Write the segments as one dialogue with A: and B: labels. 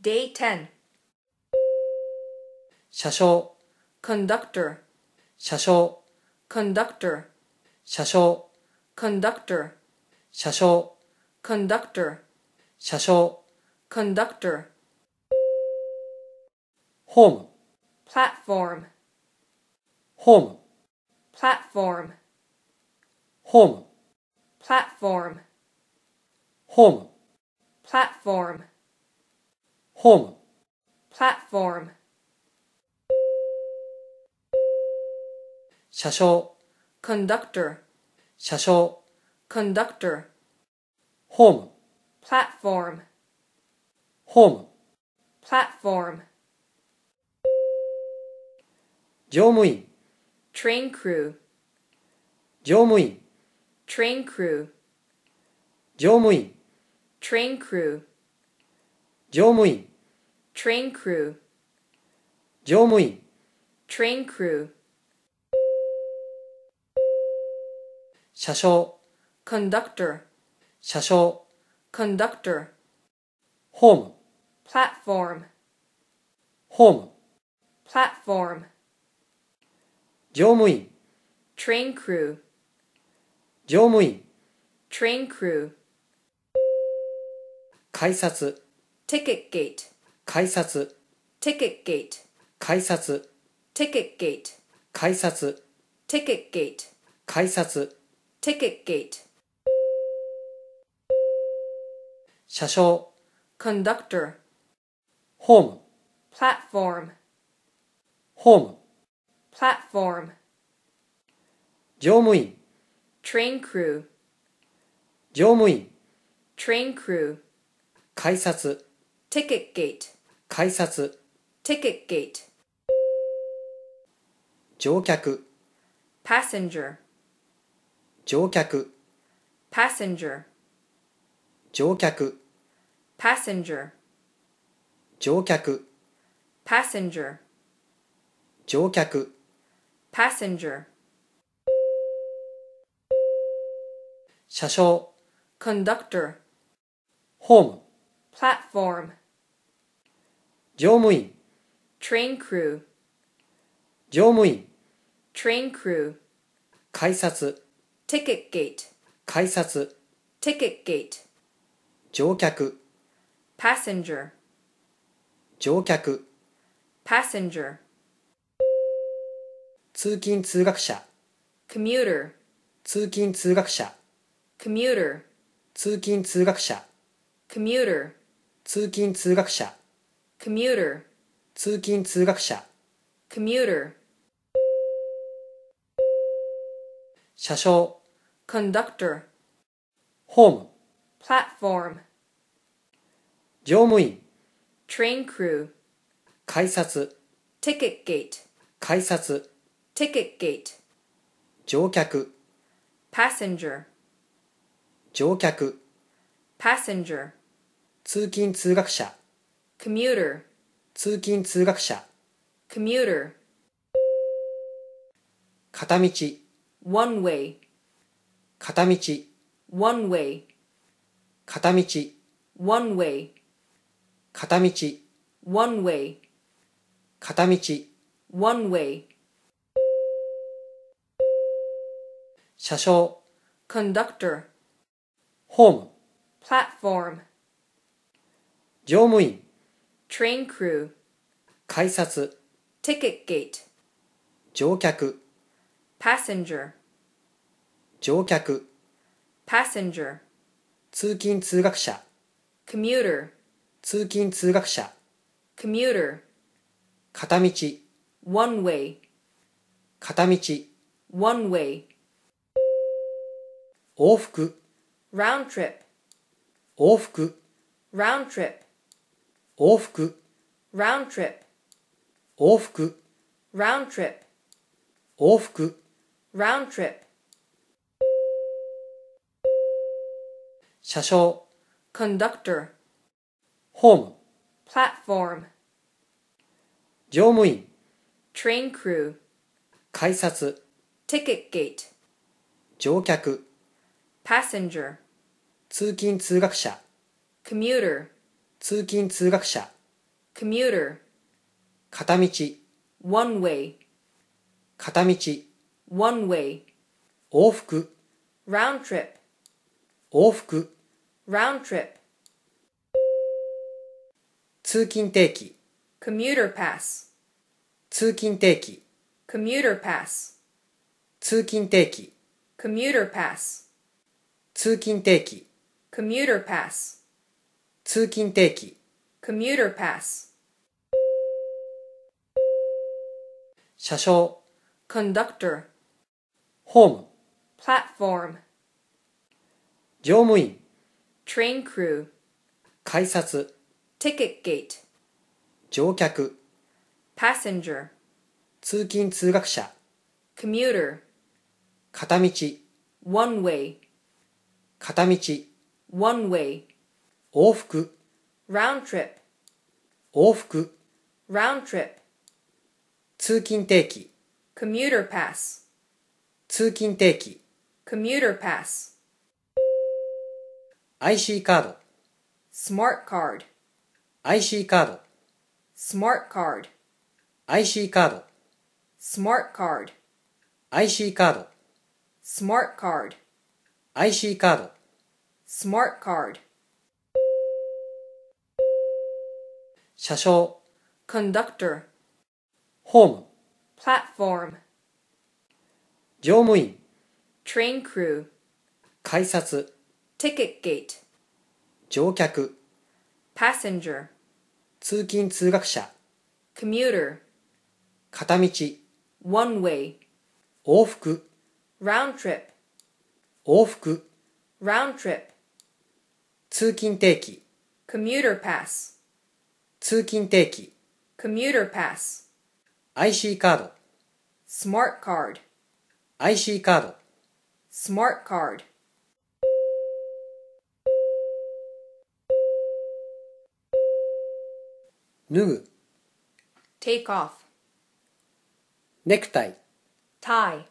A: Day 10.
B: 車掌、
A: Conductor.
B: 車掌、
A: Conductor.
B: 車掌、
A: Conductor.
B: 車掌、
A: Conductor.
B: 車掌、
A: Conductor.
B: ホーム、
A: Platform.
B: ホーム、
A: Platform.
B: ホーム、
A: Platform.
B: ホーム、
A: Platform.
B: ホーム、
A: Platform.
B: 車掌、
A: Conductor.
B: 車掌、
A: Conductor.
B: ホーム、
A: Platform.
B: ホーム、
A: Platform.
B: 乗務員、
A: Train crew.
B: 乗務員、
A: Train crew.
B: 乗務員、
A: Train crew.
B: 乗務員、
A: Train crew.
B: 乗務員、
A: Train crew.
B: 車掌、
A: Conductor.
B: 車掌、
A: Conductor.
B: ホーム、
A: Platform.
B: ホーム、
A: Platform.
B: 乗務員、
A: Train crew.
B: 乗務員、
A: Train crew.
B: 改札、
A: Ticket gate.
B: 改札、
A: Ticket gate.
B: 改札、
A: Ticket gate.
B: 改札、
A: Ticket gate.
B: 改札、
A: Ticket gate.
B: 車掌、
A: Conductor.
B: ホーム、
A: Platform.
B: ホーム、
A: Platform.
B: 乗務員、
A: Train crew.
B: 乗務員、
A: Train crew.
B: 改札、
A: Ticket gate.
B: 改札、
A: Ticket gate.
B: 乗客、
A: Passenger.
B: 乗客、
A: Passenger.
B: 乗客、
A: Passenger.
B: 乗客、
A: Passenger.
B: 乗客、
A: Passenger.
B: 車掌、
A: Conductor.
B: ホーム、
A: Platform.
B: 乗務員、
A: Train crew.
B: 乗務員、
A: Train crew.
B: 改札、
A: Ticket gate.
B: 改札、
A: Ticket gate.
B: 乗客、
A: Passenger.
B: 乗客、
A: Passenger.
B: 通勤通学者、
A: Commuter.
B: 通勤通学者、
A: Commuter.
B: 通勤通学者、
A: Commuter.
B: 通勤通学者、
A: Commuter.
B: 通勤通学者、
A: Commuter.
B: 車掌、
A: Conductor.
B: ホーム、
A: Platform.
B: 乗務員、
A: Train crew.
B: 改札、
A: Ticket gate.
B: 改札、
A: Ticket gate.
B: 乗客、
A: Passenger.
B: 乗客、
A: Passenger.
B: 通勤通学者、
A: Commuter.
B: 通勤通学者、
A: Commuter.
B: 片道、
A: One way.
B: 片道、
A: One way.
B: 片道、
A: One way.
B: 片道、
A: One way.
B: 片道、
A: One way.
B: 車掌、
A: Conductor.
B: ホーム、
A: Platform.
B: 乗務員、
A: Train crew.
B: 改札、
A: Ticket gate.
B: 乗客、
A: Passenger.
B: 乗客、
A: Passenger.
B: 通勤通学者、
A: Commuter.
B: 通勤通学者、
A: Commuter.
B: 片道、
A: One way.
B: 片道、
A: One way.
B: 往復、
A: Round trip.
B: 往復、
A: Round trip.
B: 往復、
A: Round trip.
B: 往復、
A: Round trip.
B: 往復、
A: Round trip.
B: 車掌、
A: Conductor.
B: ホーム、
A: Platform.
B: 乗務員、
A: Train crew.
B: 改札、
A: Ticket gate.
B: 乗客、
A: Passenger.
B: 通勤通学者、
A: Commuter.
B: 通勤通学者、
A: commuter,
B: 片道、
A: one way,
B: 片道、
A: one way,
B: 往復、
A: round trip,
B: 往復、
A: round trip,
B: 通勤定期、
A: commuter pass,
B: 通勤定期、
A: commuter pass,
B: 通勤定期、
A: commuter pass,
B: 通勤定期、
A: commuter pass,
B: 通勤定期、
A: commuter pass,
B: 車掌、
A: conductor,
B: ホーム、
A: platform,
B: 乗務員、
A: train crew,
B: 改札、
A: ticket gate,
B: 乗客、
A: passenger,
B: 通勤通学者、
A: commuter,
B: 片道、
A: one way,
B: 片道、
A: one way,
B: 往復、
A: round trip,
B: 往復、
A: round trip,
B: 通勤定期、
A: commuter pass,
B: 通勤定期、
A: commuter pass,
B: IC カード、
A: smart card,
B: IC カード、
A: smart card,
B: IC カード、
A: smart card,
B: IC カード、
A: smart card,
B: IC カード、
A: smart card,
B: 車掌、
A: conductor,
B: ホーム、
A: platform,
B: 乗務員、
A: train crew,
B: 改札、
A: ticket gate,
B: 乗客、
A: passenger,
B: 通勤通学者、
A: commuter,
B: 片道、
A: one way,
B: 往復、
A: round trip,
B: 往復、
A: round trip,
B: 通勤定期、
A: commuter pass,
B: 通勤定期、
A: commuter pass,
B: IC カード、
A: smart card,
B: IC カード、
A: smart card,
B: 脱ぐ、
A: take off,
B: ネクタイ、
A: tie,
B: 引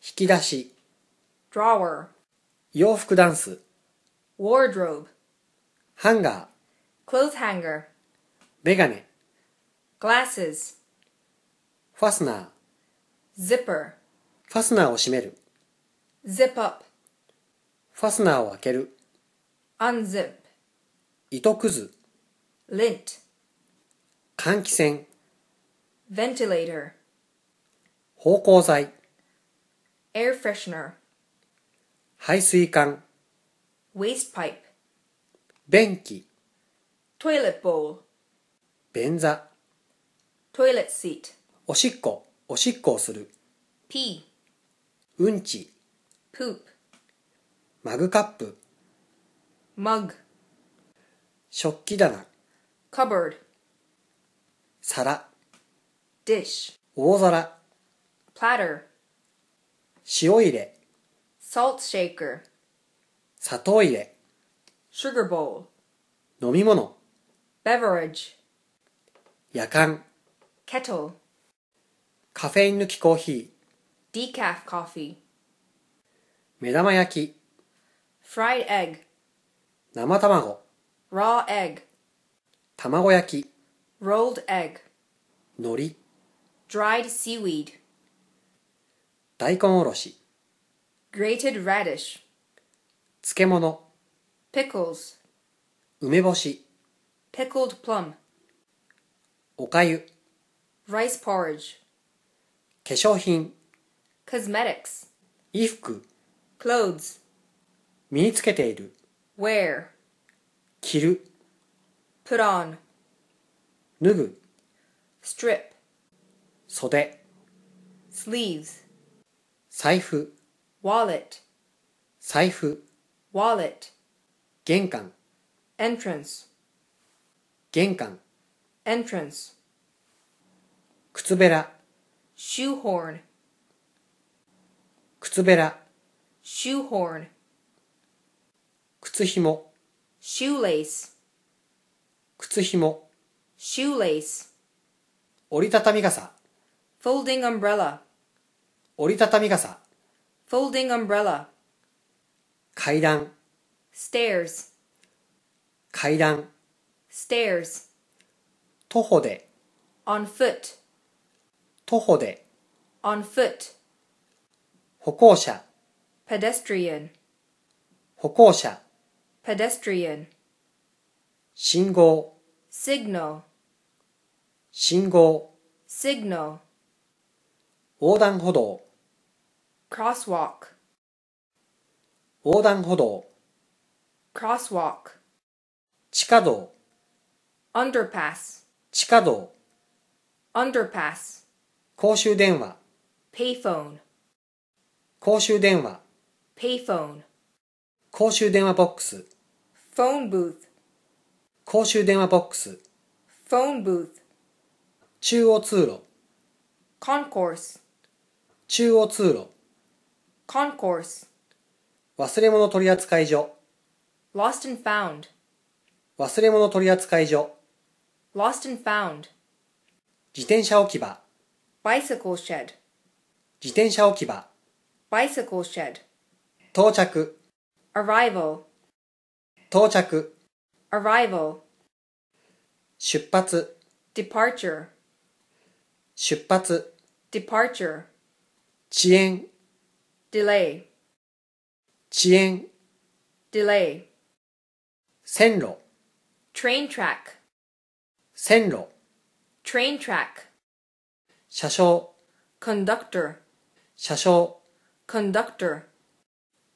B: き出し、
A: drawer,
B: 洋服ダンス、
A: wardrobe,
B: ハンガー、
A: clothes hanger,
B: メガネ、
A: glasses,
B: ファスナー、
A: zipper,
B: ファスナーを閉める、
A: zip up,
B: ファスナーを開ける、
A: unzip,
B: 糸くず、
A: lint,
B: 換気扇、
A: ventilator,
B: 芳香剤、
A: air freshener,
B: 排水管、
A: waste pipe,
B: 便器、
A: toilet bowl,
B: 便座、
A: toilet seat,
B: おしっこ、おしっこをする、
A: pee,
B: うんち、
A: poop,
B: マグカップ、
A: mug,
B: 食器棚、
A: cupboard,
B: 皿、
A: dish,
B: 大皿、
A: platter,
B: 塩入れ、
A: salt shaker,
B: 砂糖入れ、
A: sugar bowl,
B: 飲み物、
A: beverage,
B: 夜間、
A: kettle,
B: カフェイン抜きコーヒー、
A: decaf coffee,
B: 目玉焼き、
A: fried egg,
B: 生卵、
A: raw egg,
B: 卵焼き、
A: rolled egg,
B: 海苔、
A: dried seaweed,
B: 大根おろし、
A: grated radish,
B: 漬物、
A: pickles,
B: 梅干し、
A: pickled plum,
B: おかゆ、
A: rice porridge,
B: 化粧品、
A: cosmetics,
B: 衣服、
A: clothes,
B: 身につけている、
A: wear,
B: 着る、
A: put on,
B: 脱ぐ、
A: strip,
B: 袖、
A: sleeves,
B: 財布、
A: wallet,
B: 財布、
A: wallet,
B: 玄関、
A: entrance,
B: 玄関、
A: entrance,
B: 靴べら、
A: shoehorn,
B: 靴べら、
A: shoehorn,
B: 靴ひも、
A: shoelace,
B: 靴ひも、
A: shoelace,
B: 折りたたみ傘、
A: folding umbrella,
B: 折りたたみ傘、
A: folding umbrella,
B: 階段、
A: stairs,
B: 階段、
A: stairs,
B: 徒歩で、
A: on foot,
B: 徒歩で、
A: on foot,
B: 歩行者、
A: pedestrian,
B: 歩行者、
A: pedestrian,
B: 信号、
A: signal,
B: 信号、
A: signal,
B: 横断歩道、
A: crosswalk,
B: 横断歩道、
A: crosswalk,
B: 地下道、
A: underpass,
B: 地下道、
A: underpass,
B: 公衆電話、
A: payphone,
B: 公衆電話、
A: payphone,
B: 公衆電話ボックス、
A: phone booth,
B: 公衆電話ボックス、
A: phone booth,
B: 中央通路、
A: concourse,
B: 中央通路、
A: concourse,
B: 忘れ物取扱所、
A: lost and found,
B: 忘れ物取扱所、
A: lost and found,
B: 自転車置き場、
A: bicycle shed,
B: 自転車置き場、
A: bicycle shed,
B: 到着、
A: arrival,
B: 到着、
A: arrival,
B: 出発、
A: departure,
B: 出発、
A: departure,
B: 遅延、
A: delay,
B: 遅延、
A: delay,
B: 線路、
A: train track,
B: 線路、
A: train track,
B: 車掌、
A: conductor,
B: 車掌、
A: conductor,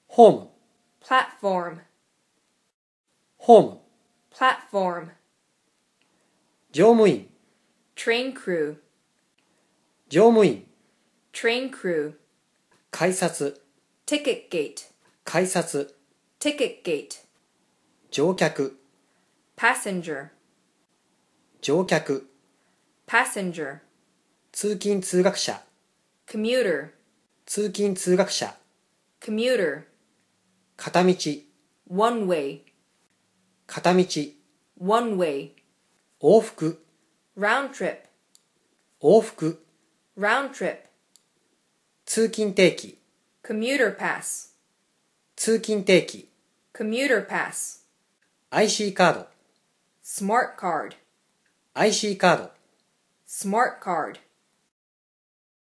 B: ホーム、
A: platform,
B: ホーム、
A: platform,
B: 乗務員、
A: train crew,
B: 乗務員、
A: train crew,
B: 改札、
A: ticket gate,
B: 改札、
A: ticket gate,
B: 乗客、
A: passenger,
B: 乗客、
A: passenger,
B: 通勤通学者、
A: commuter,
B: 通勤通学者、
A: commuter,
B: 片道、
A: one way,
B: 片道、
A: one way,
B: 往復、
A: round trip,
B: 往復、
A: round trip,
B: 通勤定期、
A: commuter pass,
B: 通勤定期、
A: commuter pass,
B: IC カード、
A: smart card,
B: IC カード、
A: smart card,